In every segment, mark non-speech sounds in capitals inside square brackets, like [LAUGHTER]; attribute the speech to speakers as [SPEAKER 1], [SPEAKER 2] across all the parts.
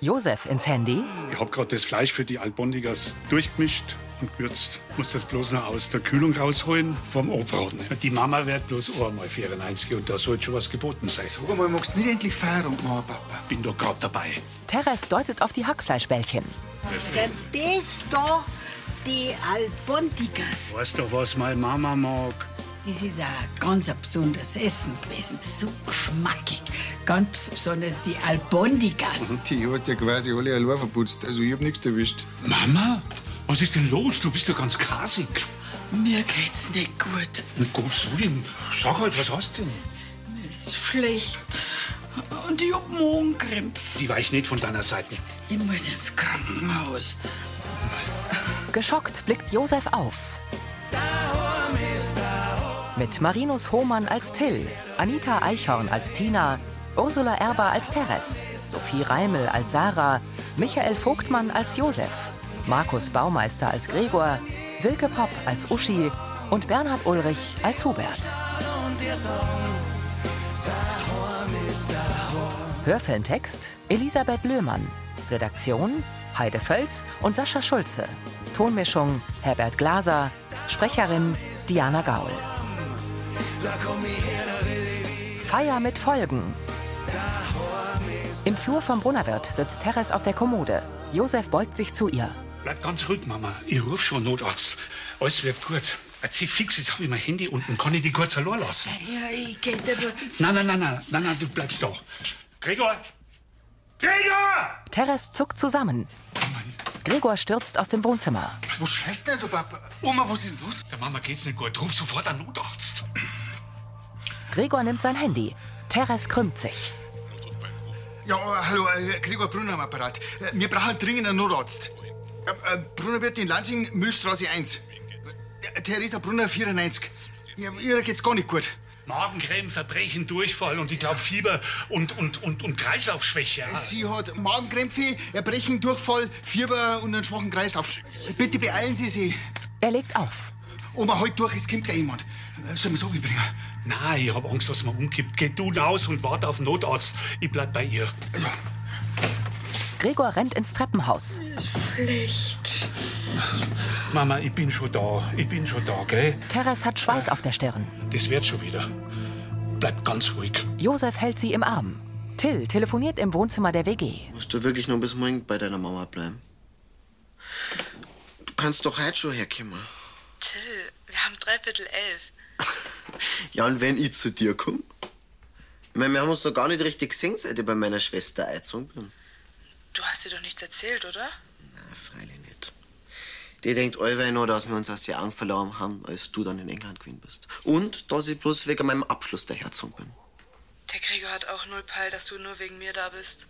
[SPEAKER 1] Josef ins Handy.
[SPEAKER 2] Ich habe gerade das Fleisch für die Albondigas durchgemischt und gewürzt. Muss das bloß noch aus der Kühlung rausholen vom Obraten. Die Mama wird bloß auch einmal 94 und da sollte schon was geboten sein.
[SPEAKER 3] Sag mal, magst du nicht endlich Feierabend machen, Papa?
[SPEAKER 2] Bin da gerade dabei.
[SPEAKER 1] Teres deutet auf die Hackfleischbällchen.
[SPEAKER 4] Sind Also das da die Albondigas?
[SPEAKER 2] Weißt du, was meine Mama mag?
[SPEAKER 4] Das ist ein ganz ein besonderes Essen gewesen. So geschmackig. Ganz besonders die Albondigas.
[SPEAKER 3] Die hast ja quasi alle allein verputzt, also ich hab nichts erwischt.
[SPEAKER 2] Mama? Was ist denn los? Du bist ja ganz kasig.
[SPEAKER 5] Mir geht's nicht gut.
[SPEAKER 2] Und Gott soll ihm. Sag halt, was hast du denn?
[SPEAKER 5] Mir ist schlecht. Und ich hab Magenkrämpfe.
[SPEAKER 2] Die weich nicht von deiner Seite.
[SPEAKER 5] Ich muss ins Krankenhaus.
[SPEAKER 1] Geschockt blickt Josef auf. Mit Marinus Hohmann als Till, Anita Eichhorn als Tina, Ursula Erber als Teres, Sophie Reimel als Sarah, Michael Vogtmann als Josef, Markus Baumeister als Gregor, Silke Popp als Uschi und Bernhard Ulrich als Hubert. Hörfilmtext Elisabeth Löhmann. Redaktion Heide Völz und Sascha Schulze. Tonmischung Herbert Glaser. Sprecherin Diana Gaul. Feier mit Folgen. Im Flur vom Brunnerwirt sitzt Teres auf der Kommode. Josef beugt sich zu ihr.
[SPEAKER 2] Bleib ganz ruhig, Mama. Ich ruf schon Notarzt. Alles wird gut. Erzieh fix, jetzt hab ich mein Handy unten. Kann ich die kurz allein lassen?
[SPEAKER 5] Ja, ich geht aber.
[SPEAKER 2] Nein, nein, nein, nein, nein, nein, du bleibst da. Gregor! Gregor!
[SPEAKER 1] Teres zuckt zusammen. Gregor stürzt aus dem Wohnzimmer.
[SPEAKER 3] Wo scheißt denn so, Papa? Oma, was ist los?
[SPEAKER 2] Der Mama geht's nicht gut. Ruf sofort einen Notarzt.
[SPEAKER 1] Gregor nimmt sein Handy. Teres krümmt sich.
[SPEAKER 3] Ja, äh, hallo, äh, Gregor Brunner am Apparat. Äh, Wir brauchen dringend einen Notarzt. Äh, äh, Brunner wird in Lansing, Müllstraße 1. Äh, Theresa Brunner, 94. Ja, ihrer geht's gar nicht gut.
[SPEAKER 2] Magencreme, Verbrechen, Durchfall und ich glaube Fieber und, und, und, und Kreislaufschwäche. ja.
[SPEAKER 3] Sie hat Magenkrämpfe, Erbrechen, Durchfall, Fieber und einen schwachen Kreislauf. Bitte beeilen Sie sich.
[SPEAKER 1] Er legt auf.
[SPEAKER 3] Oma, halt durch, es kommt gleich jemand. Äh, Sollen wir so bringen?
[SPEAKER 2] Nein, ich hab Angst, dass man umkippt. Geh du raus und warte auf den Notarzt. Ich bleib bei ihr.
[SPEAKER 1] Gregor rennt ins Treppenhaus.
[SPEAKER 5] Schlecht.
[SPEAKER 2] Mama, ich bin schon da. Ich bin schon da, gell?
[SPEAKER 1] Teres hat Schweiß auf der Stirn.
[SPEAKER 2] Das wird schon wieder. Bleib ganz ruhig.
[SPEAKER 1] Josef hält sie im Arm. Till telefoniert im Wohnzimmer der WG.
[SPEAKER 6] Musst du wirklich noch bis morgen bei deiner Mama bleiben? Du kannst doch heute schon herkommen.
[SPEAKER 7] Till, wir haben dreiviertel elf.
[SPEAKER 6] Ja, und wenn ich zu dir komme? Ich meine, wir haben uns noch gar nicht richtig gesehen, seit ich bei meiner Schwester eingezogen bin.
[SPEAKER 7] Du hast dir doch nichts erzählt, oder?
[SPEAKER 6] Na, freilich nicht. Die denkt allweil noch, dass wir uns aus der Augen verloren haben, als du dann in England gewesen bist. Und dass ich bloß wegen meinem Abschluss dahergezogen bin.
[SPEAKER 7] Der Gregor hat auch null Peil, dass du nur wegen mir da bist.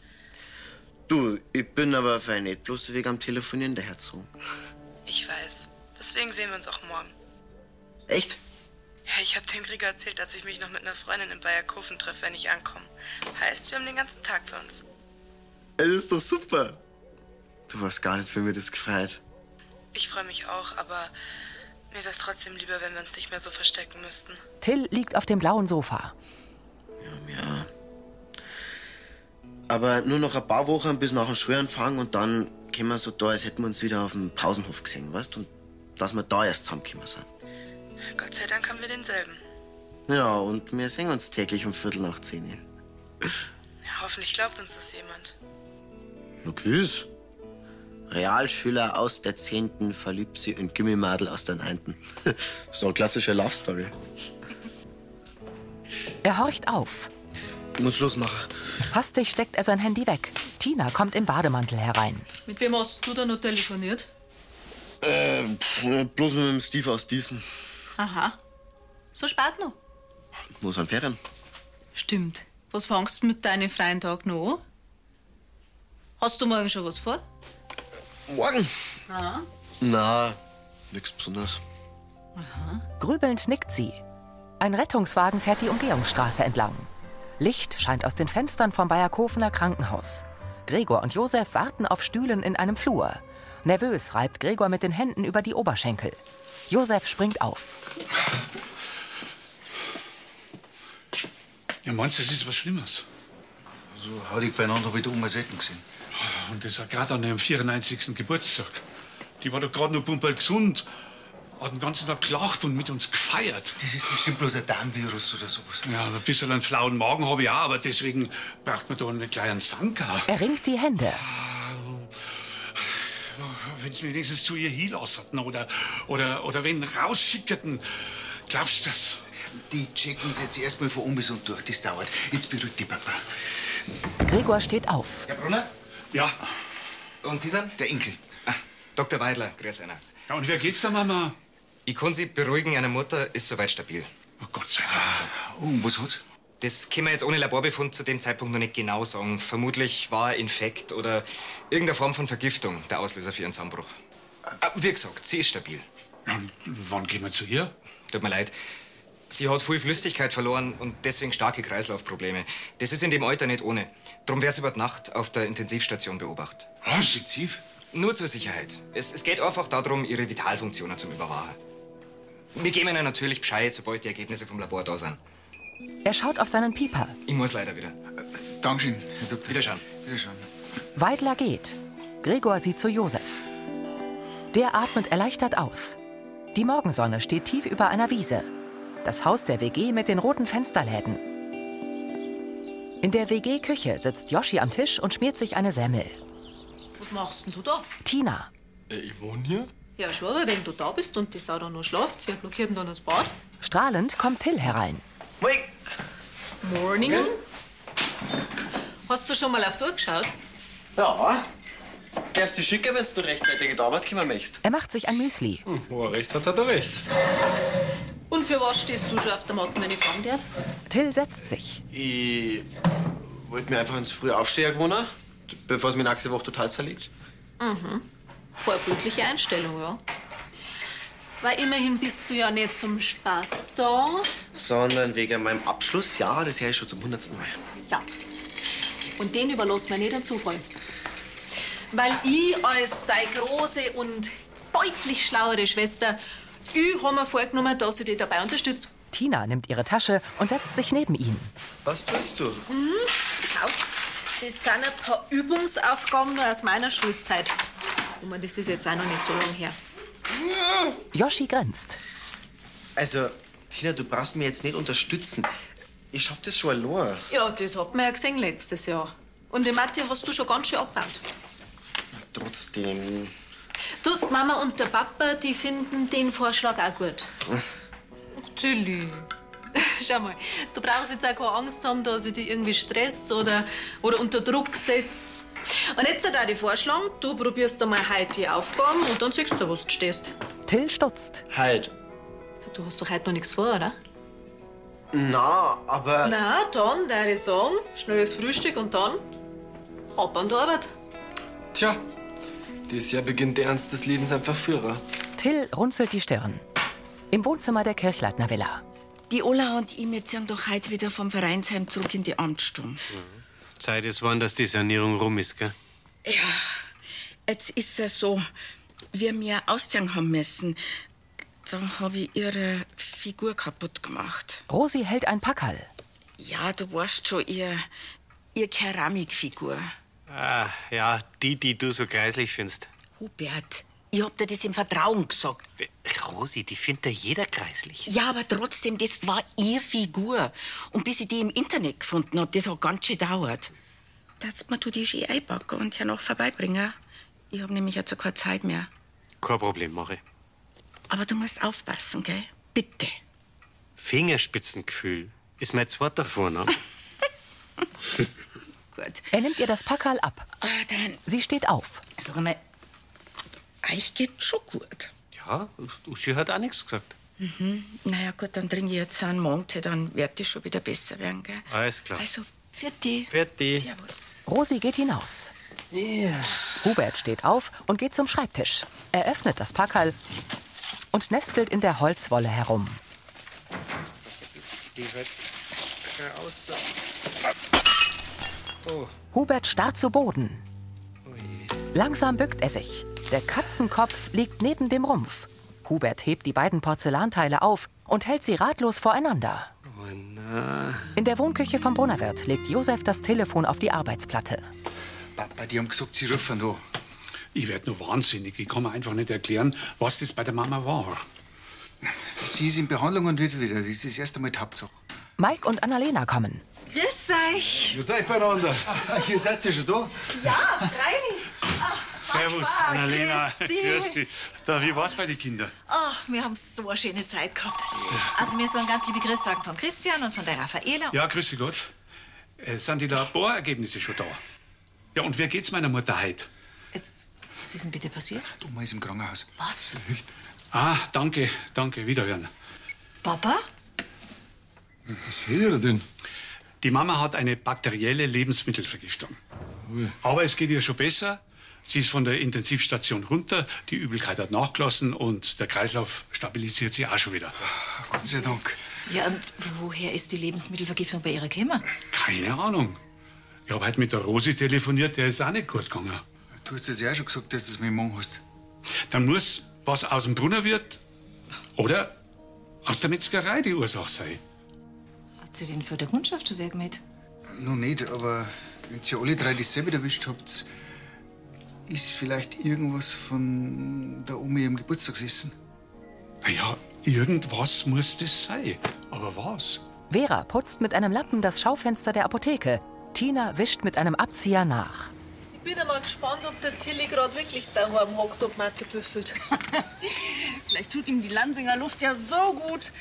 [SPEAKER 6] Du, ich bin aber fein nicht bloß wegen am Telefonieren dahergezogen.
[SPEAKER 7] Ich weiß. Deswegen sehen wir uns auch morgen.
[SPEAKER 6] Echt?
[SPEAKER 7] Ja, ich habe dem Gregor erzählt, dass ich mich noch mit einer Freundin in Bayerkofen treffe, wenn ich ankomme. Heißt, wir haben den ganzen Tag für uns.
[SPEAKER 6] Es ist doch super. Du weißt gar nicht, wie mir das gefällt.
[SPEAKER 7] Ich freue mich auch, aber mir wäre es trotzdem lieber, wenn wir uns nicht mehr so verstecken müssten.
[SPEAKER 1] Till liegt auf dem blauen Sofa.
[SPEAKER 6] Ja. Aber nur noch ein paar Wochen bis nach dem Schulanfang und dann kommen wir so da, als hätten wir uns wieder auf dem Pausenhof gesehen, weißt du? Und dass wir da erst zusammengekommen sind.
[SPEAKER 7] Gott sei Dank haben wir denselben.
[SPEAKER 6] Ja, und wir sehen uns täglich um Viertel nach zehn.
[SPEAKER 7] Ja, hoffentlich glaubt uns das jemand.
[SPEAKER 6] Ja, gewiss. Realschüler aus der 10. verliebt sie in Gimmimadel aus der 9. [LAUGHS] so eine klassische Love Story.
[SPEAKER 1] Er horcht auf.
[SPEAKER 6] Ich muss Schluss machen.
[SPEAKER 1] Hastig steckt er sein Handy weg. Tina kommt im Bademantel herein.
[SPEAKER 5] Mit wem hast du da noch telefoniert?
[SPEAKER 6] Ähm, pf, bloß mit dem Steve aus Diesen.
[SPEAKER 5] Aha. So spät noch.
[SPEAKER 6] Muss an Ferien.
[SPEAKER 5] Stimmt. Was fangst du mit deinen freien Tag noch an? Hast du morgen schon was vor?
[SPEAKER 6] Morgen? Na, nix Besonderes.
[SPEAKER 1] Grübelnd nickt sie. Ein Rettungswagen fährt die Umgehungsstraße entlang. Licht scheint aus den Fenstern vom Bayerkofener Krankenhaus. Gregor und Josef warten auf Stühlen in einem Flur. Nervös reibt Gregor mit den Händen über die Oberschenkel. Josef springt auf.
[SPEAKER 2] Ja, meinst du, es ist was Schlimmes?
[SPEAKER 6] Was
[SPEAKER 3] So hatte Also, ich beieinander wieder um Seiten gesehen.
[SPEAKER 2] Und das war gerade an ihrem 94. Geburtstag. Die war doch gerade noch pumperl gesund. Hat den ganzen Tag gelacht und mit uns gefeiert.
[SPEAKER 3] Das ist bestimmt bloß ein Darmvirus oder sowas.
[SPEAKER 2] Ja, aber ein bisschen einen flauen Magen habe ich auch, aber deswegen braucht man da einen kleinen Sanka.
[SPEAKER 1] Er ringt die Hände.
[SPEAKER 2] Wenn sie wenigstens zu ihr hinlasserten oder, oder, oder wen rausschickten. Glaubst du das?
[SPEAKER 3] Die checken sie jetzt erstmal von ungesund durch. Das dauert. Jetzt beruhigt die Papa.
[SPEAKER 1] Gregor steht auf.
[SPEAKER 8] Herr Brunner?
[SPEAKER 2] Ja.
[SPEAKER 8] Und Sie sind?
[SPEAKER 3] Der Enkel.
[SPEAKER 8] Ah, Dr. Weidler, grüß einer.
[SPEAKER 2] ja und wer geht's da, Mama?
[SPEAKER 8] Ich kann Sie beruhigen, eine Mutter ist soweit stabil.
[SPEAKER 2] Oh Gott sei Dank.
[SPEAKER 3] Oh, und was hat's?
[SPEAKER 8] Das können wir jetzt ohne Laborbefund zu dem Zeitpunkt noch nicht genau sagen. Vermutlich war ein Infekt oder irgendeine Form von Vergiftung der Auslöser für ihren Zusammenbruch. Ah, Wie gesagt, sie ist stabil.
[SPEAKER 2] Ja, und wann gehen wir zu ihr?
[SPEAKER 8] Tut mir leid. Sie hat viel Flüssigkeit verloren und deswegen starke Kreislaufprobleme. Das ist in dem Alter nicht ohne. Drum wär's über die Nacht auf der Intensivstation beobachtet.
[SPEAKER 2] Was?
[SPEAKER 3] Intensiv?
[SPEAKER 8] Nur zur Sicherheit. Es, es geht einfach darum, ihre Vitalfunktionen zu überwachen. Wir geben Ihnen natürlich Bescheid, sobald die Ergebnisse vom Labor da sind.
[SPEAKER 1] Er schaut auf seinen Pieper.
[SPEAKER 8] Ich muss leider wieder.
[SPEAKER 3] Äh, Dankeschön, Herr Doktor.
[SPEAKER 8] Wiederschauen.
[SPEAKER 3] Wiederschauen.
[SPEAKER 1] Weidler geht. Gregor sieht zu Josef. Der atmet erleichtert aus. Die Morgensonne steht tief über einer Wiese. Das Haus der WG mit den roten Fensterläden. In der WG-Küche sitzt Joschi am Tisch und schmiert sich eine Semmel.
[SPEAKER 5] Was machst denn du da?
[SPEAKER 1] Tina.
[SPEAKER 9] Äh, Ich wohne hier?
[SPEAKER 5] Ja, schon, aber wenn du da bist und die Sau dann noch schlaft, wer blockiert denn dann das Bad?
[SPEAKER 1] Strahlend kommt Till herein.
[SPEAKER 8] Moin!
[SPEAKER 5] Morning. Hast du schon mal auf die Uhr geschaut?
[SPEAKER 6] Ja. Darfst du schicken, wenn du rechtzeitig gedauert kommen möchtest.
[SPEAKER 1] Er macht sich ein Müsli.
[SPEAKER 9] Wo er recht hat, hat er recht.
[SPEAKER 5] Und für was stehst du schon auf der Matte, wenn ich fragen darf?
[SPEAKER 1] Till setzt sich.
[SPEAKER 6] Ich wollte mir einfach ins frühe Aufsteher gewohnen, bevor es mir nächste Woche total zerlegt.
[SPEAKER 5] Vorbildliche Mhm. Einstellung, ja. Weil immerhin bist du ja nicht zum Spaß da.
[SPEAKER 6] Sondern wegen meinem Abschluss, ja, das höre ich schon zum hundertsten Mal.
[SPEAKER 5] Ja. Und den überlassen wir nicht dem Zufall. Weil ich als deine große und deutlich schlauere Schwester, ich habe mir vorgenommen, dass ich dich dabei unterstütze.
[SPEAKER 1] Tina nimmt ihre Tasche und setzt sich neben ihn.
[SPEAKER 6] Was tust du?
[SPEAKER 5] Mhm. Schau, das sind ein paar Übungsaufgaben noch aus meiner Schulzeit. Und man, das ist jetzt auch noch nicht so lange her.
[SPEAKER 1] Joschi grinst.
[SPEAKER 6] Also, Tina, du brauchst mir jetzt nicht unterstützen. Ich schaff das schon allein.
[SPEAKER 5] Ja, das hat man ja gesehen letztes Jahr. Und die Mathe hast du schon ganz schön abgebaut.
[SPEAKER 6] Trotzdem.
[SPEAKER 5] Du, die Mama und der Papa, die finden den Vorschlag auch gut. Tilly. [LAUGHS] Schau mal, du brauchst jetzt auch keine Angst haben, dass ich dich irgendwie stress oder, oder unter Druck setze. Und jetzt hat auch die Vorschlag, du probierst einmal heute die Aufgaben und dann siehst du, wo du stehst.
[SPEAKER 1] Till stutzt.
[SPEAKER 6] Halt.
[SPEAKER 5] Du hast doch heute noch nichts vor, oder?
[SPEAKER 6] Na, aber.
[SPEAKER 5] Na, dann würde ich sagen, schnelles Frühstück und dann ab an die Arbeit.
[SPEAKER 9] Tja, dieses Jahr beginnt der Ernst des Lebens einfach früher.
[SPEAKER 1] Till runzelt die Stirn. Im Wohnzimmer der Kirchleitner Villa.
[SPEAKER 10] Die Ola und ich, wir ziehen doch heute wieder vom Vereinsheim zurück in die Amtsstunde.
[SPEAKER 11] Zeit ist wann, dass die Sanierung rum ist, gell?
[SPEAKER 10] Jetzt ist es so, wir mir ausziehen haben müssen. Da habe ich ihre Figur kaputt gemacht.
[SPEAKER 1] Rosi hält ein Packerl.
[SPEAKER 10] Ja, du weißt schon, ihr, ihr Keramikfigur.
[SPEAKER 11] Ah, ja, die, die du so kreislich findest.
[SPEAKER 10] Hubert, ich hab dir das im Vertrauen gesagt.
[SPEAKER 11] Rosi, die findet ja jeder kreislich.
[SPEAKER 10] Ja, aber trotzdem, das war ihr Figur. Und bis ich die im Internet gefunden hab, das hat ganz schön gedauert. Darfst mir du die schön einpacken und hernach vorbeibringen? Ich hab nämlich jetzt auch keine Zeit mehr.
[SPEAKER 11] Kein Problem, mache ich.
[SPEAKER 10] Aber du musst aufpassen, gell? Bitte.
[SPEAKER 11] Fingerspitzengefühl ist mein zweiter Vorname.
[SPEAKER 10] Gut.
[SPEAKER 1] Er nimmt ihr das Packerl ab.
[SPEAKER 10] Ah, dann, Also,
[SPEAKER 1] Sie steht auf.
[SPEAKER 10] sag mal, euch geht's schon gut.
[SPEAKER 11] [LAUGHS] ja, Uschi hat auch nichts gesagt.
[SPEAKER 10] Naja, Mhm. gut, dann trinke ich jetzt einen Monte, dann wird es schon wieder besser werden, gell?
[SPEAKER 11] Alles klar.
[SPEAKER 10] Also, für die.
[SPEAKER 11] Fertig.
[SPEAKER 10] Servus.
[SPEAKER 1] Rosi geht hinaus. Hubert steht auf und geht zum Schreibtisch. Er öffnet das Packerl und nestelt in der Holzwolle herum.
[SPEAKER 11] halt Oh,
[SPEAKER 1] Hubert starrt zu Boden. Langsam bückt er sich. Der Katzenkopf liegt neben dem Rumpf. Hubert hebt die beiden Porzellanteile auf und hält sie ratlos voreinander.
[SPEAKER 11] Oh nein.
[SPEAKER 1] In der Wohnküche vom Brunnerwirt legt Josef das Telefon auf die Arbeitsplatte.
[SPEAKER 2] Papa, die haben gesagt, sie rufen da. Ich werd nur wahnsinnig. Ich kann mir einfach nicht erklären, was das bei der Mama war.
[SPEAKER 3] Sie ist in Behandlung und wird wieder. Das ist das erste Mal die Hauptsache.
[SPEAKER 1] Mike und Annalena kommen.
[SPEAKER 12] Grüß euch.
[SPEAKER 3] Ihr seid beieinander. Hier seid ihr schon da.
[SPEAKER 12] Ja, freilich. Ach,
[SPEAKER 2] Servus,
[SPEAKER 12] Papa,
[SPEAKER 2] Annalena.
[SPEAKER 12] grüß dich.
[SPEAKER 2] dich. Da, wie war's bei den Kindern?
[SPEAKER 12] Ach, wir haben so eine schöne Zeit gehabt. Also wir sollen ganz liebe Grüße sagen von Christian und von der Raffaela.
[SPEAKER 2] Ja, grüß Sie Gott. Äh, sind die Laborergebnisse schon da? Ja, und wer geht's meiner Mutter heute?
[SPEAKER 12] Was ist denn bitte passiert?
[SPEAKER 2] Du Oma ist im Krankenhaus.
[SPEAKER 12] Was?
[SPEAKER 2] Ah, danke, danke. Wiederhören.
[SPEAKER 12] Papa?
[SPEAKER 2] Was fehlt ihr denn? Die Mama hat eine bakterielle Lebensmittelvergiftung. Aber es geht ihr schon besser. Sie ist von der Intensivstation runter, die Übelkeit hat nachgelassen und der Kreislauf stabilisiert sie auch schon wieder. Gott sei Dank.
[SPEAKER 12] Ja, und woher ist die Lebensmittelvergiftung bei Ihrer gekommen?
[SPEAKER 2] Keine Ahnung. Ich habe heute mit der Rosi telefoniert, der ist auch nicht gut gegangen.
[SPEAKER 3] Du hast es ja auch schon gesagt, dass du es mit dem Mann hast.
[SPEAKER 2] Dann muss was aus dem Brunner wird oder aus der Metzgerei die Ursache sein.
[SPEAKER 12] Hat sie den für der Kundschaft schon weggemäht?
[SPEAKER 3] Noch nicht, aber wenn ihr alle drei dasselbe erwischt habt, ist vielleicht irgendwas von der Omi im Geburtstagsessen.
[SPEAKER 2] Na ja, irgendwas muss das sein. Aber was?
[SPEAKER 1] Vera putzt mit einem Lappen das Schaufenster der Apotheke. Tina wischt mit einem Abzieher nach.
[SPEAKER 13] Ich bin einmal gespannt, ob der Tilly gerade wirklich daheim hockt und Mathe büffelt.
[SPEAKER 14] [LAUGHS] Vielleicht tut ihm die Lansinger Luft ja so gut,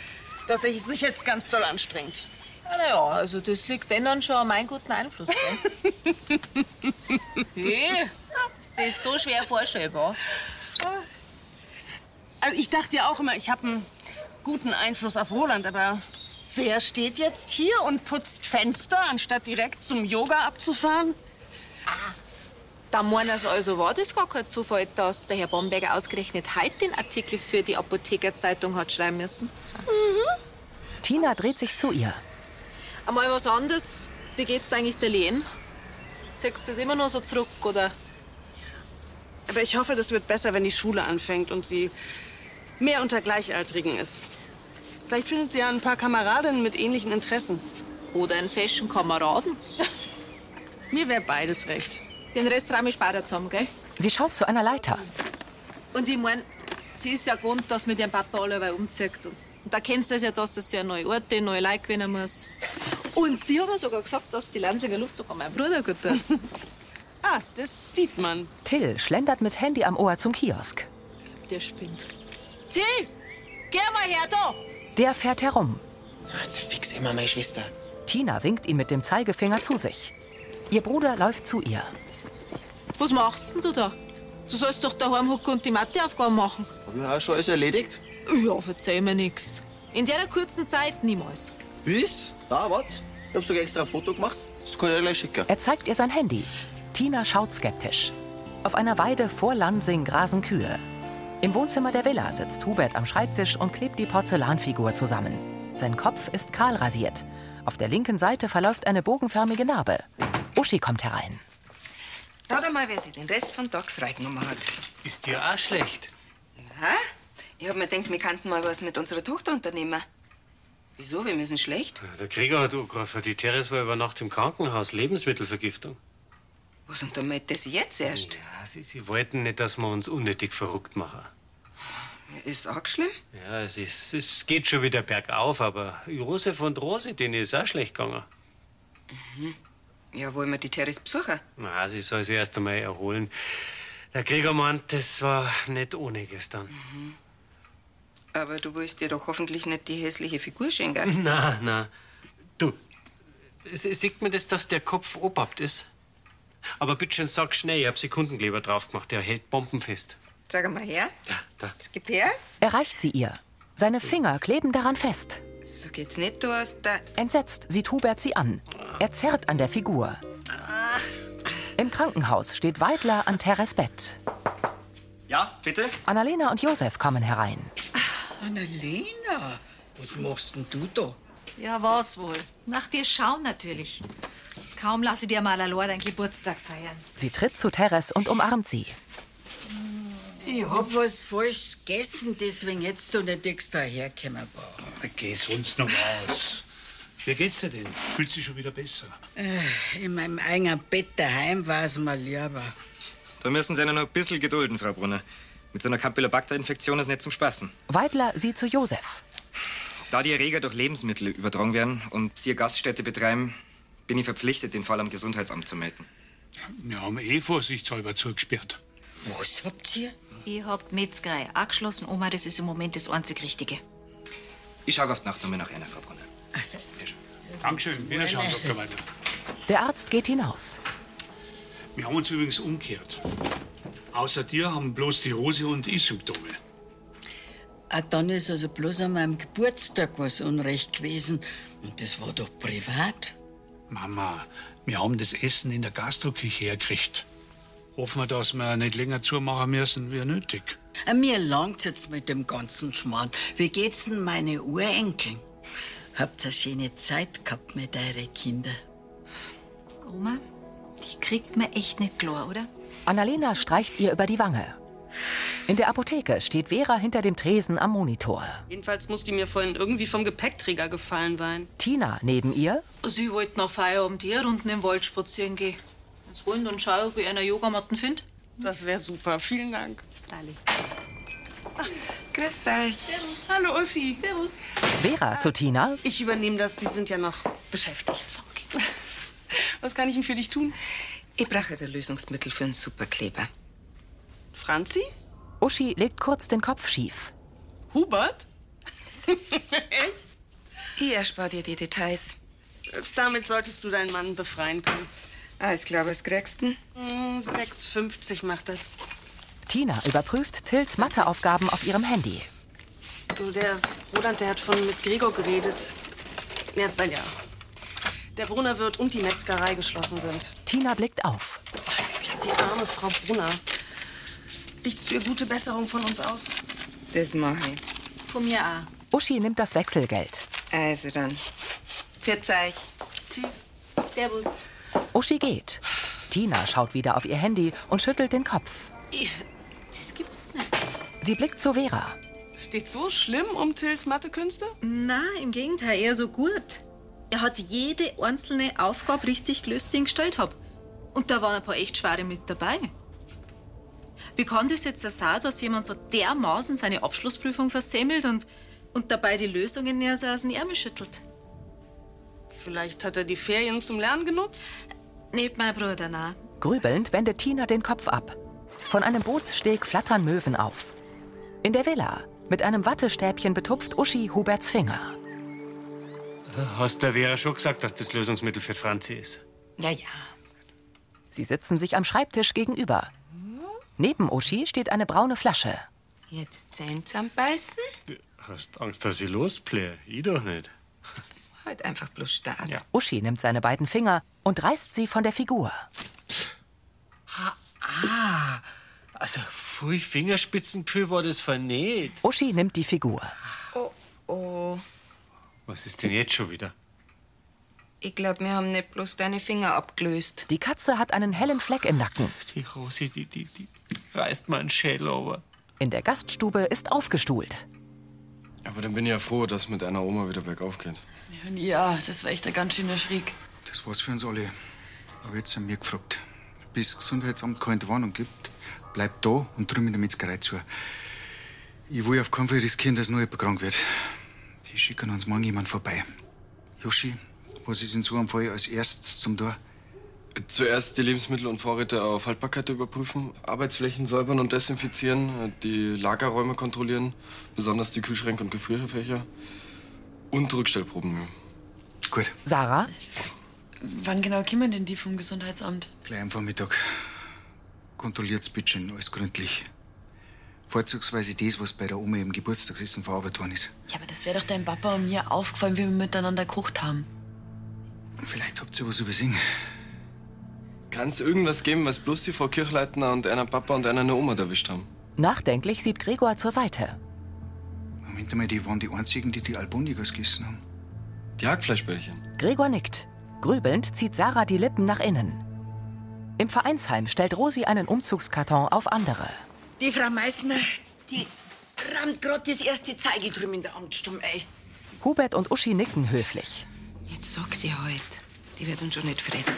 [SPEAKER 14] dass er sich jetzt ganz doll anstrengt.
[SPEAKER 13] Naja, also das liegt wenn dann schon an meinem guten Einfluss. gell? hey, ist das so schwer vorstellbar?
[SPEAKER 14] Ah. Also ich dachte ja auch immer, ich habe einen guten Einfluss auf Roland, aber wer steht jetzt hier und putzt Fenster, anstatt direkt zum Yoga abzufahren?
[SPEAKER 5] [LAUGHS] Da meinen Sie also, war das gar kein Zufall, dass der Herr Bomberger ausgerechnet heute den Artikel für die Apothekerzeitung hat schreiben müssen?
[SPEAKER 1] Tina dreht sich zu ihr.
[SPEAKER 5] Einmal was anderes. Wie geht's eigentlich der Lehen? Zieht sie es immer nur so zurück, oder?
[SPEAKER 14] Aber ich hoffe, das wird besser, wenn die Schule anfängt und sie mehr unter Gleichaltrigen ist. Vielleicht findet sie ja ein paar Kameradinnen mit ähnlichen Interessen.
[SPEAKER 13] Oder einen feschen Kameraden.
[SPEAKER 14] Mir wäre beides recht.
[SPEAKER 5] Den Rest räume ich später zusammen, gell?
[SPEAKER 1] Sie schaut zu einer Leiter.
[SPEAKER 5] Und ich mein, sie ist ja gewohnt, dass mit ihrem Papa allerweil umzieht. Und da kennt sie es ja, dass das ja neue Orte, neue Leute gewinnen muss. Und sie hat mir sogar gesagt, dass die Lansinger Luft sogar mein Bruder gut tut.
[SPEAKER 14] ah, das sieht man.
[SPEAKER 1] Till schlendert mit Handy am Ohr zum Kiosk.
[SPEAKER 5] Der spinnt. Till, geh mal her da!
[SPEAKER 1] Der fährt herum.
[SPEAKER 6] Jetzt fix immer meine Schwester.
[SPEAKER 1] Tina winkt ihn mit dem Zeigefinger zu sich. Ihr Bruder läuft zu ihr.
[SPEAKER 5] Was machst denn du da? Du sollst doch daheim hocken und die Matheaufgaben machen.
[SPEAKER 6] Hab ich auch schon alles erledigt?
[SPEAKER 5] Ja, verzeih mir nix. In der kurzen Zeit niemals.
[SPEAKER 6] Wie's? Ah, was? Ich hab sogar extra ein Foto gemacht. Das kann ich dir gleich schicken.
[SPEAKER 1] Er zeigt ihr sein Handy. Tina schaut skeptisch. Auf einer Weide vor Lansing grasen Kühe. Im Wohnzimmer der Villa sitzt Hubert am Schreibtisch und klebt die Porzellanfigur zusammen. Sein Kopf ist kahl rasiert. Auf der linken Seite verläuft eine bogenförmige Narbe. Uschi kommt herein.
[SPEAKER 12] Schaut mal, wer sich den Rest vom Tag freigenommen hat.
[SPEAKER 11] Ist dir auch schlecht.
[SPEAKER 12] Hä? Ich hab mir gedacht, wir könnten mal was mit unserer Tochter unternehmen. Wieso? Wir müssen schlecht.
[SPEAKER 11] Der Krieger hat angerufen, die Teres war über Nacht im Krankenhaus, Lebensmittelvergiftung.
[SPEAKER 12] Was und damit das jetzt erst?
[SPEAKER 11] Ja, sie, sie wollten nicht, dass wir uns unnötig verrückt machen.
[SPEAKER 12] Ist auch schlimm.
[SPEAKER 11] Ja, es, ist, es geht schon wieder bergauf, aber Josef und Rose, denen ist auch schlecht gegangen.
[SPEAKER 15] Mhm.
[SPEAKER 12] Ja, wollen wir die Teres besuchen?
[SPEAKER 11] Na, sie soll sich erst einmal erholen. Der Krieger meint, das war nicht ohne gestern.
[SPEAKER 15] Mhm.
[SPEAKER 12] Aber du willst dir doch hoffentlich nicht die hässliche Figur schenken.
[SPEAKER 11] [LAUGHS] Na, na. Du, se- sieht man das, dass der Kopf obhabt ist? Aber bitte schön, sag schnell, ich hab Sekundenkleber drauf gemacht, der hält bombenfest.
[SPEAKER 12] Sag mal her.
[SPEAKER 11] da.
[SPEAKER 12] Das gib her.
[SPEAKER 1] Er reicht sie ihr. Seine Finger kleben daran fest.
[SPEAKER 12] So geht's nicht, du hast da.
[SPEAKER 1] Entsetzt sieht Hubert sie an. Er zerrt an der Figur.
[SPEAKER 12] Ah.
[SPEAKER 1] Im Krankenhaus steht Weidler an Teres Bett.
[SPEAKER 6] Ja, bitte?
[SPEAKER 1] Annalena und Josef kommen herein.
[SPEAKER 4] Annalena, was machst denn du da?
[SPEAKER 12] Ja, was wohl. Nach dir schauen natürlich. Kaum lasse ich dir mal allein deinen Geburtstag feiern.
[SPEAKER 1] Sie tritt zu Teres und umarmt sie.
[SPEAKER 4] Ich hab was Falsches gegessen, deswegen jetzt du nicht extra hergekommen war.
[SPEAKER 2] Geh sonst noch aus. Wie geht's dir denn? Fühlt sich schon wieder besser?
[SPEAKER 4] Äh, In meinem eigenen Bett daheim war es mir lieber.
[SPEAKER 8] Da müssen Sie noch ein bisschen gedulden, Frau Brunner. Mit so einer Campylobacter-Infektion ist nicht zum Spaßen.
[SPEAKER 1] Weidler sieht zu Josef.
[SPEAKER 8] Da die Erreger durch Lebensmittel übertragen werden und Sie eine Gaststätte betreiben, bin ich verpflichtet, den Fall am Gesundheitsamt zu melden.
[SPEAKER 2] Wir haben eh vorsichtshalber zugesperrt.
[SPEAKER 8] Was?
[SPEAKER 13] Habt ihr? Ich hab die Metzgerei angeschlossen, Oma, das ist im Moment das einzig Richtige.
[SPEAKER 8] Ich schaue auf die Nachtnummer nach einer, Frau Brunner.
[SPEAKER 2] Dankeschön. Wiederschauen,
[SPEAKER 13] meine.
[SPEAKER 2] Dr. Weidler.
[SPEAKER 1] Der Arzt geht hinaus.
[SPEAKER 2] Wir haben uns übrigens umgekehrt. Außer dir haben bloß die Rose und ich Symptome.
[SPEAKER 4] Ah, dann ist also bloß an meinem Geburtstag was unrecht gewesen. Und das war doch privat.
[SPEAKER 2] Mama, wir haben das Essen in der Gastroküche hergekriegt. Hoffen wir, dass wir nicht länger zumachen müssen, wie nötig.
[SPEAKER 4] Ah, Mir langt jetzt mit dem ganzen Schmarrn. Wie geht's denn meine Urenkeln? Habt ihr schöne Zeit gehabt mit eure Kinder?
[SPEAKER 13] Oma, die kriegt man echt nicht klar, oder?
[SPEAKER 1] Annalena streicht ihr über die Wange. In der Apotheke steht Vera hinter dem Tresen am Monitor.
[SPEAKER 15] Jedenfalls muss die mir vorhin irgendwie vom Gepäckträger gefallen sein.
[SPEAKER 1] Tina neben ihr.
[SPEAKER 5] Sie wollten nach Feierabend hier runden im Wald spazieren gehen. Wenn's wollen, dann schau, ob ich einer Yogamatten finde.
[SPEAKER 15] Das wäre super. Vielen Dank.
[SPEAKER 5] Freilich.
[SPEAKER 15] Grüß dich. Servus. Hallo Uschi.
[SPEAKER 5] Servus.
[SPEAKER 1] Vera zu Tina.
[SPEAKER 15] Ich übernehme das. Sie sind ja noch beschäftigt. [LAUGHS] Was kann ich denn für dich tun?
[SPEAKER 12] Ich brauche ein Lösungsmittel für einen Superkleber.
[SPEAKER 15] Franzi?
[SPEAKER 1] Uschi legt kurz den Kopf schief.
[SPEAKER 15] Hubert?
[SPEAKER 12] [LAUGHS] Echt? Ich erspare dir die Details.
[SPEAKER 15] Äh, Damit solltest du deinen Mann befreien können.
[SPEAKER 12] Alles Ah, klar, was kriegst du?
[SPEAKER 15] 6,50 macht das.
[SPEAKER 1] Tina überprüft Tills Matheaufgaben auf ihrem Handy.
[SPEAKER 15] Du, der Roland, der hat von mit Gregor geredet. Ja, weil ja. Der Brunner wird und die Metzgerei geschlossen sind.
[SPEAKER 1] Tina blickt auf.
[SPEAKER 15] Die arme Frau Brunner. Richtest du ihr gute Besserung von uns aus?
[SPEAKER 12] Das mache ich.
[SPEAKER 5] Von mir auch.
[SPEAKER 1] Uschi nimmt das Wechselgeld.
[SPEAKER 12] Also dann. Pfiat euch.
[SPEAKER 15] Tschüss.
[SPEAKER 5] Servus.
[SPEAKER 1] Uschi geht. Tina schaut wieder auf ihr Handy und schüttelt den Kopf.
[SPEAKER 5] Ich, das gibt's nicht.
[SPEAKER 1] Sie blickt zu Vera.
[SPEAKER 15] Steht so schlimm um Tills Mathekünste?
[SPEAKER 5] Na, im Gegenteil, eher so gut. Er hat jede einzelne Aufgabe richtig gelöst, die ich gestellt habe. Und da waren ein paar echt schwere mit dabei. Wie kann das jetzt sein, dass jemand so dermaßen seine Abschlussprüfung versemmelt und, und dabei die Lösungen eher so aus dem Ärmel schüttelt?
[SPEAKER 15] Vielleicht hat er die Ferien zum Lernen genutzt?
[SPEAKER 5] Nicht mein Bruder, nein.
[SPEAKER 1] Grübelnd wendet Tina den Kopf ab. Von einem Bootssteg flattern Möwen auf. In der Villa, mit einem Wattestäbchen betupft Uschi Huberts Finger.
[SPEAKER 11] Hast der Vera schon gesagt, dass das Lösungsmittel für Franzi ist?
[SPEAKER 1] Ja, ja. Sie sitzen sich am Schreibtisch gegenüber. Neben Uschi steht eine braune Flasche.
[SPEAKER 12] Jetzt Zähne zusammenbeißen.
[SPEAKER 11] Hast Angst, dass ich losplähe? Ich doch nicht.
[SPEAKER 12] Halt einfach bloß stark.
[SPEAKER 1] Uschi nimmt seine beiden Finger und reißt sie von der Figur.
[SPEAKER 11] Ah, also pfui, Fingerspitzengefühl war das vernäht.
[SPEAKER 1] Uschi nimmt die Figur.
[SPEAKER 12] Oh, oh.
[SPEAKER 11] Was ist denn jetzt schon wieder?
[SPEAKER 12] Ich glaube, wir haben nicht bloß deine Finger abgelöst.
[SPEAKER 1] Die Katze hat einen hellen Fleck im Nacken.
[SPEAKER 11] Die Rosi, die, die, die reißt meinen Schädel aber.
[SPEAKER 1] In der Gaststube ist aufgestuhlt.
[SPEAKER 9] Aber dann bin ich ja froh, dass mit einer Oma wieder bergauf geht.
[SPEAKER 16] Ja, das war echt ein ganz schöner Schrieg.
[SPEAKER 3] Das war's für uns alle. Aber jetzt sind wir gefragt. Bis das Gesundheitsamt keine Warnung gibt, bleib da und drüben in der Metzgerei zu. Ich will auf keinen Fall riskieren, dass noch jemand krank wird. Die schicken uns morgen jemand vorbei. Joschi, was ist in so einem Fall als erstes zum Tor?
[SPEAKER 9] Zuerst die Lebensmittel und Vorräte auf Haltbarkeit überprüfen, Arbeitsflächen säubern und desinfizieren, die Lagerräume kontrollieren, besonders die Kühlschränke und Gefrierfächer und Rückstellproben nehmen.
[SPEAKER 3] Gut.
[SPEAKER 1] Sarah?
[SPEAKER 16] Wann genau kommen denn die vom Gesundheitsamt?
[SPEAKER 3] Gleich am Vormittag. Kontrolliert's bitte schön, alles gründlich. Vorzugsweise das, was bei der Oma im Geburtstagsessen verarbeitet worden ist.
[SPEAKER 16] Ja, aber das wäre doch deinem Papa und mir aufgefallen, wie wir miteinander gekocht haben.
[SPEAKER 3] Vielleicht habt ihr was übersehen.
[SPEAKER 9] Kann es irgendwas geben, was bloß die Frau Kirchleitner und einer Papa und einer eine Oma erwischt haben?
[SPEAKER 1] Nachdenklich sieht Gregor zur Seite.
[SPEAKER 3] Moment mal, die waren die einzigen, die die Albonigas gegessen haben.
[SPEAKER 9] Die Hackfleischbällchen.
[SPEAKER 1] Gregor nickt. Grübelnd zieht Sarah die Lippen nach innen. Im Vereinsheim stellt Rosi einen Umzugskarton auf andere.
[SPEAKER 10] Die Frau Meißner, die um, rammt gerade das erste Zeigel drüben in der Amtsstumm ein.
[SPEAKER 1] Hubert und Uschi nicken höflich.
[SPEAKER 12] Jetzt sag sie halt. Die wird uns schon nicht fressen.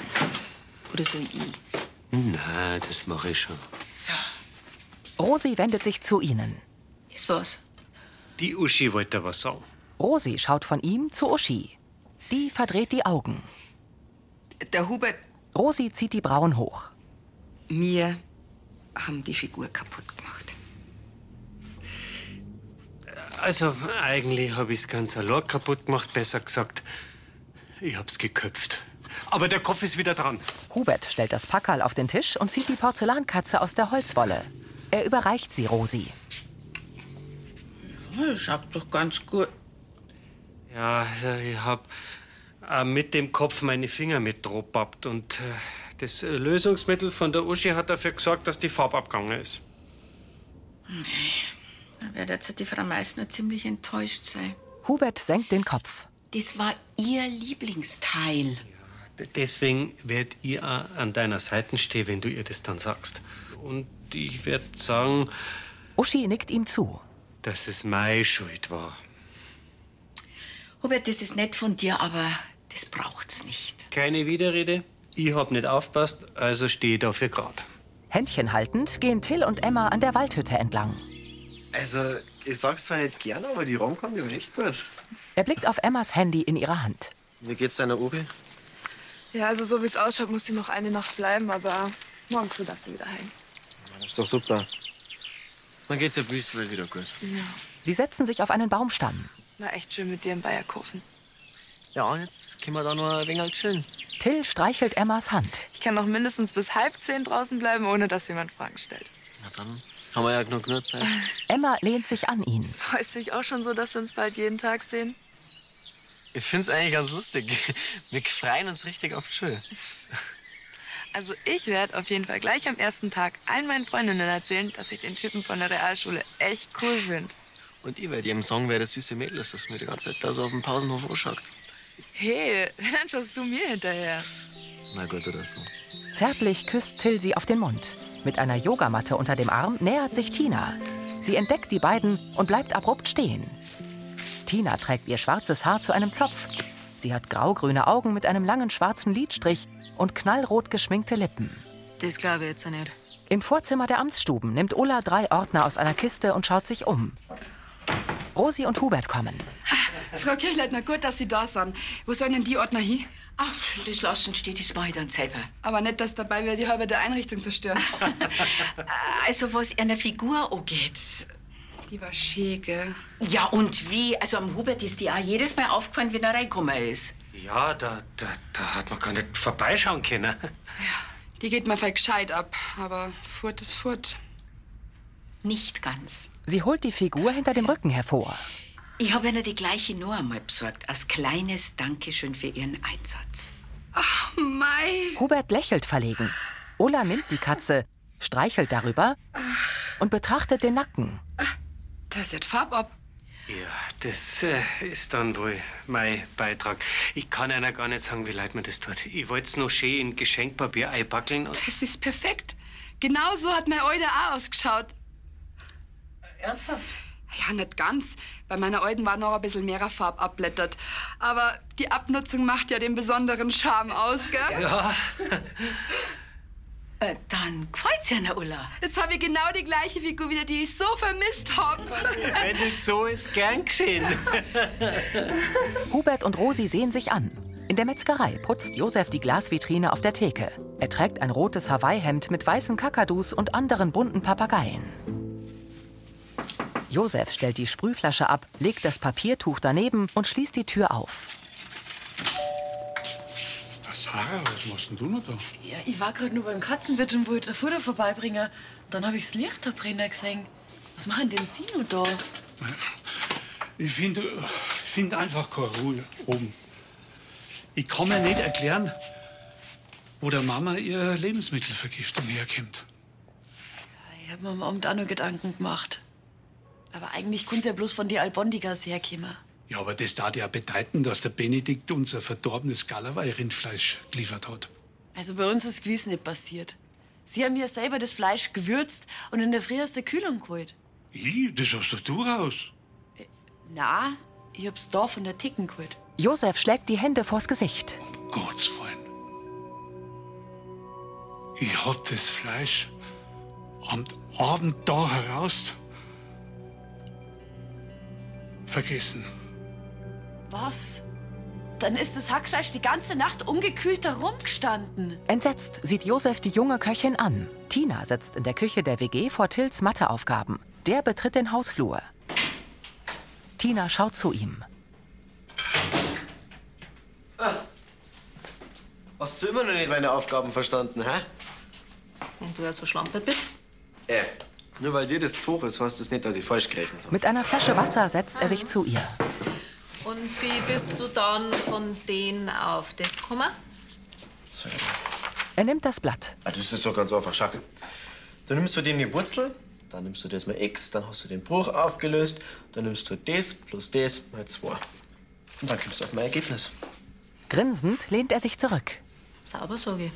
[SPEAKER 12] Oder so ich.
[SPEAKER 17] Na, das mache ich schon.
[SPEAKER 1] Rosi wendet sich zu ihnen.
[SPEAKER 13] Ist was?
[SPEAKER 11] Die Uschi wollte da was sagen.
[SPEAKER 1] Rosi schaut von ihm zu Uschi. Die verdreht die Augen.
[SPEAKER 12] Der Hubert.
[SPEAKER 1] Rosi zieht die Brauen hoch.
[SPEAKER 12] Wir haben die Figur kaputt gemacht.
[SPEAKER 11] Also, eigentlich habe ich es ganz allein kaputt gemacht, besser gesagt. Ich hab's geköpft. Aber der Kopf ist wieder dran.
[SPEAKER 1] Hubert stellt das Packerl auf den Tisch und zieht die Porzellankatze aus der Holzwolle. Er überreicht sie Rosi.
[SPEAKER 10] Schaut doch ganz gut.
[SPEAKER 11] Ja, also ich hab äh, mit dem Kopf meine Finger mit dropappt und äh, das äh, Lösungsmittel von der Uschi hat dafür gesorgt, dass die Farbe abgegangen ist.
[SPEAKER 10] Da wird jetzt die Frau Meißner ziemlich enttäuscht sein.
[SPEAKER 1] Hubert senkt den Kopf.
[SPEAKER 10] Das war ihr Lieblingsteil.
[SPEAKER 11] D- Deswegen werd ich auch an deiner Seite stehen, wenn du ihr das dann sagst. Und ich werd sagen,
[SPEAKER 1] Uschi nickt ihm zu.
[SPEAKER 11] dass es meine Schuld war.
[SPEAKER 10] Hubert, das ist nett von dir, aber das braucht's nicht.
[SPEAKER 11] Keine Widerrede. Ich hab nicht aufpasst, also stehe ich dafür grad.
[SPEAKER 1] Händchen haltend gehen Till und Emma an der Waldhütte entlang.
[SPEAKER 6] Also, ich sag's zwar nicht gern, aber die Rom kommt ihm echt gut.
[SPEAKER 1] Er blickt auf Emmas Handy in ihrer Hand.
[SPEAKER 6] Wie geht's deiner Uri?
[SPEAKER 7] Ja, also so wie es ausschaut, muss sie noch eine Nacht bleiben, aber morgen früh darf sie wieder heim. [LAUGHS]
[SPEAKER 6] Das ist doch super. Dann geht's ja bis wohl wieder gut.
[SPEAKER 7] Ja.
[SPEAKER 1] Sie setzen sich auf einen Baumstamm.
[SPEAKER 7] War echt schön mit dir in Bayerkofen.
[SPEAKER 6] Ja, und jetzt können wir da nur ein wenig halt chillen.
[SPEAKER 1] Till streichelt Emmas Hand.
[SPEAKER 7] Ich kann noch mindestens bis halb zehn draußen bleiben, ohne dass jemand Fragen stellt.
[SPEAKER 6] Na dann haben wir ja genug genug Zeit.
[SPEAKER 1] Emma lehnt sich an ihn.
[SPEAKER 7] Freust du dich auch schon so, dass wir uns bald jeden Tag sehen?
[SPEAKER 6] Ich find's eigentlich ganz lustig. Wir freuen uns richtig auf Chill.
[SPEAKER 7] Also ich werde auf jeden Fall gleich am ersten Tag allen meinen Freundinnen erzählen, dass ich den Typen von der Realschule echt cool finde.
[SPEAKER 6] Und ich werde jedem sagen, wer das süße Mädel ist, das mir die ganze Zeit da so auf dem Pausenhof anschaut.
[SPEAKER 7] Hey, [LAUGHS] dann schaust du mir hinterher.
[SPEAKER 6] Na gut, oder so.
[SPEAKER 1] Zärtlich küsst Till sie auf den Mund. Mit einer Yogamatte unter dem Arm nähert sich Tina. Sie entdeckt die beiden und bleibt abrupt stehen. Tina trägt ihr schwarzes Haar zu einem Zopf. Sie hat graugrüne Augen mit einem langen schwarzen Lidstrich und knallrot geschminkte Lippen.
[SPEAKER 5] Das glaube ich jetzt auch nicht.
[SPEAKER 1] Im Vorzimmer der Amtsstuben nimmt Ulla drei Ordner aus einer Kiste und schaut sich um. Rosi und Hubert kommen.
[SPEAKER 18] Frau Kirchleitner, gut, dass Sie da sind. Wo sollen denn die Ordner hin?
[SPEAKER 10] Ach, das lassen steht, das mache ich dann selber.
[SPEAKER 18] Aber nicht, dass dabei wir die halbe der Einrichtung zerstören.
[SPEAKER 10] Also, was einer Figur angeht.
[SPEAKER 18] Die war schön, gell?
[SPEAKER 10] Ja, und wie? Also, am Hubert ist die auch jedes Mal aufgefallen, wenn er reingekommen ist.
[SPEAKER 11] Ja, da, da, da hat man gar nicht vorbeischauen können.
[SPEAKER 18] Die geht mir voll gescheit ab, aber furt ist furt.
[SPEAKER 10] Nicht ganz.
[SPEAKER 1] Sie holt die Figur hinter dem Rücken hervor.
[SPEAKER 10] Ich habe einer die gleiche nur einmal besorgt, als kleines Dankeschön für ihren Einsatz.
[SPEAKER 18] Ach, Mai.
[SPEAKER 1] Hubert lächelt verlegen. Ola nimmt die Katze, streichelt darüber und betrachtet den Nacken.
[SPEAKER 18] Das ist Farb ab.
[SPEAKER 11] Ja, das äh, ist dann wohl mein Beitrag. Ich kann einer gar nicht sagen, wie leid mir das tut. Ich wollte es noch schön in Geschenkpapier einpackeln. Und [LAUGHS]
[SPEAKER 18] Das ist perfekt. Genau so hat mein Eude auch ausgeschaut.
[SPEAKER 10] Ernsthaft?
[SPEAKER 18] Ja, nicht ganz. Bei meiner Euden war noch ein bisschen mehr Farb abblättert. Aber die Abnutzung macht ja den besonderen Charme aus, gell?
[SPEAKER 11] Ja.
[SPEAKER 10] Äh, dann gefällt's ja, Ulla.
[SPEAKER 18] Jetzt habe ich genau die gleiche Figur wieder, die ich so vermisst habe.
[SPEAKER 11] wenn es so ist, gern geschehen. [LAUGHS]
[SPEAKER 1] Hubert und Rosi sehen sich an. In der Metzgerei putzt Josef die Glasvitrine auf der Theke. Er trägt ein rotes Hawaii-Hemd mit weißen Kakadus und anderen bunten Papageien. Josef stellt die Sprühflasche ab, legt das Papiertuch daneben und schließt die Tür auf.
[SPEAKER 2] Sarah, was machst denn du noch da?
[SPEAKER 16] Ja, ich war gerade nur beim Katzenwirt und wollte ein Futter vorbeibringen. Dann habe ich das Licht da drinnen gesehen. Was machen denn Sie noch da?
[SPEAKER 2] Ich finde find einfach keine Ruhe oben. Ich kann mir nicht erklären, wo der Mama ihre Lebensmittelvergiftung herkommt.
[SPEAKER 16] Ich habe mir am Abend auch noch Gedanken gemacht. Aber eigentlich kun's ja bloß von die Albondigas herkommen.
[SPEAKER 2] Ja, aber das darf ja bedeuten, dass der Benedikt unser verdorbenes Galaway-Rindfleisch geliefert hat.
[SPEAKER 16] Also bei uns ist gewiss nicht passiert. Sie haben ja selber das Fleisch gewürzt und in der Früh aus der Kühlung geholt.
[SPEAKER 2] Ich, das hast doch du raus.
[SPEAKER 16] Na, ich hab's da von der Ticken geholt.
[SPEAKER 1] Josef schlägt die Hände vors Gesicht.
[SPEAKER 2] Gott's Willen. Ich hab das Fleisch am Abend da heraus vergessen.
[SPEAKER 16] Was? Dann ist das Hackfleisch die ganze Nacht ungekühlt herumgestanden.
[SPEAKER 1] Entsetzt sieht Josef die junge Köchin an. Tina sitzt in der Küche der WG vor Tils Matheaufgaben. Der betritt den Hausflur. Tina schaut zu ihm.
[SPEAKER 6] Hast du immer noch nicht meine Aufgaben verstanden, hä?
[SPEAKER 5] Wenn du ja so schlampert bist.
[SPEAKER 6] Äh, nur weil dir das zu hoch ist, heißt das nicht, dass ich falsch gerechnet habe.
[SPEAKER 1] Mit einer Flasche Wasser setzt er sich zu ihr.
[SPEAKER 5] Und wie bist du dann von denen auf das gekommen?
[SPEAKER 1] Er nimmt das Blatt.
[SPEAKER 6] Ah, das ist jetzt doch ganz einfach, Schach. Du nimmst von dem die Wurzel, dann nimmst du das mal x, dann hast du den Bruch aufgelöst, dann nimmst du das plus das mal 2. Und dann kommst du auf mein Ergebnis.
[SPEAKER 1] Grinsend lehnt er sich zurück.
[SPEAKER 5] Sauber, sage ich.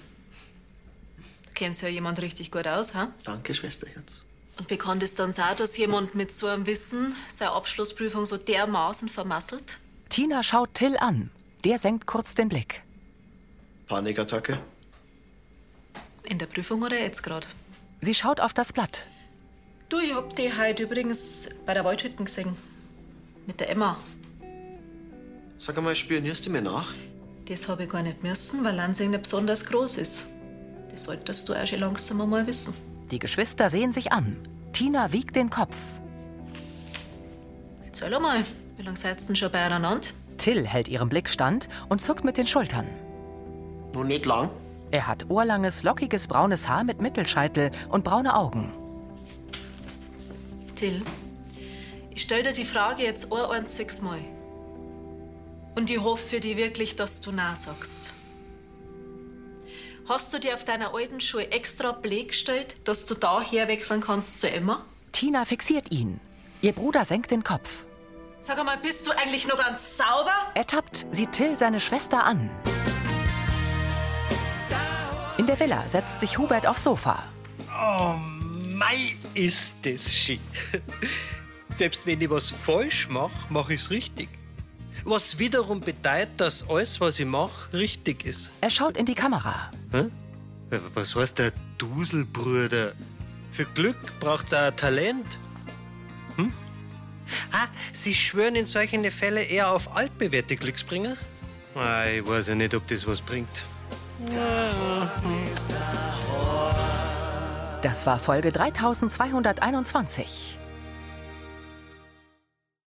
[SPEAKER 5] Du kennst ja jemand richtig gut aus, ha?
[SPEAKER 6] Danke, Schwesterherz.
[SPEAKER 5] Und wie kann das dann sein, dass jemand mit so einem Wissen seine Abschlussprüfung so dermaßen vermasselt?
[SPEAKER 1] Tina schaut Till an. Der senkt kurz den Blick.
[SPEAKER 6] Panikattacke?
[SPEAKER 5] In der Prüfung oder jetzt gerade?
[SPEAKER 1] Sie schaut auf das Blatt.
[SPEAKER 5] Du, ich hab die heute übrigens bei der Waldhütte gesehen. Mit der Emma.
[SPEAKER 6] Sag einmal, spionierst du mir nach?
[SPEAKER 5] Das habe ich gar nicht müssen, weil Lansing nicht besonders groß ist. Das solltest du auch schon langsam einmal wissen.
[SPEAKER 1] Die Geschwister sehen sich an. Tina wiegt den Kopf.
[SPEAKER 5] Erzähl mal, wie lange seid ihr denn schon beieinander?
[SPEAKER 1] Till hält ihrem Blick stand und zuckt mit den Schultern.
[SPEAKER 6] Nun nicht lang.
[SPEAKER 1] Er hat ohrlanges, lockiges braunes Haar mit Mittelscheitel und braune Augen.
[SPEAKER 5] Till, ich stell dir die Frage jetzt ein einziges Mal. Und ich hoffe für dich wirklich, dass du Nein sagst. Hast du dir auf deiner alten Schule extra Blick gestellt, dass du daher wechseln kannst zu Emma?
[SPEAKER 1] Tina fixiert ihn. Ihr Bruder senkt den Kopf.
[SPEAKER 5] Sag einmal, bist du eigentlich nur ganz sauber?
[SPEAKER 1] Ertappt sieht Till seine Schwester an. In der Villa setzt sich Hubert aufs Sofa.
[SPEAKER 19] Oh, mei, ist das schick. [LAUGHS] Selbst wenn ich was falsch mache, mache ich es richtig. Was wiederum bedeutet, dass alles, was ich mache, richtig ist.
[SPEAKER 1] Er schaut in die Kamera.
[SPEAKER 19] Hä? Was heißt der Duselbruder? Für Glück braucht's auch ein Talent. Hm? Ah, Sie schwören in solchen Fällen eher auf altbewährte Glücksbringer? Ah, ich weiß ja nicht, ob das was bringt.
[SPEAKER 15] Äh.
[SPEAKER 1] Das war Folge 3221.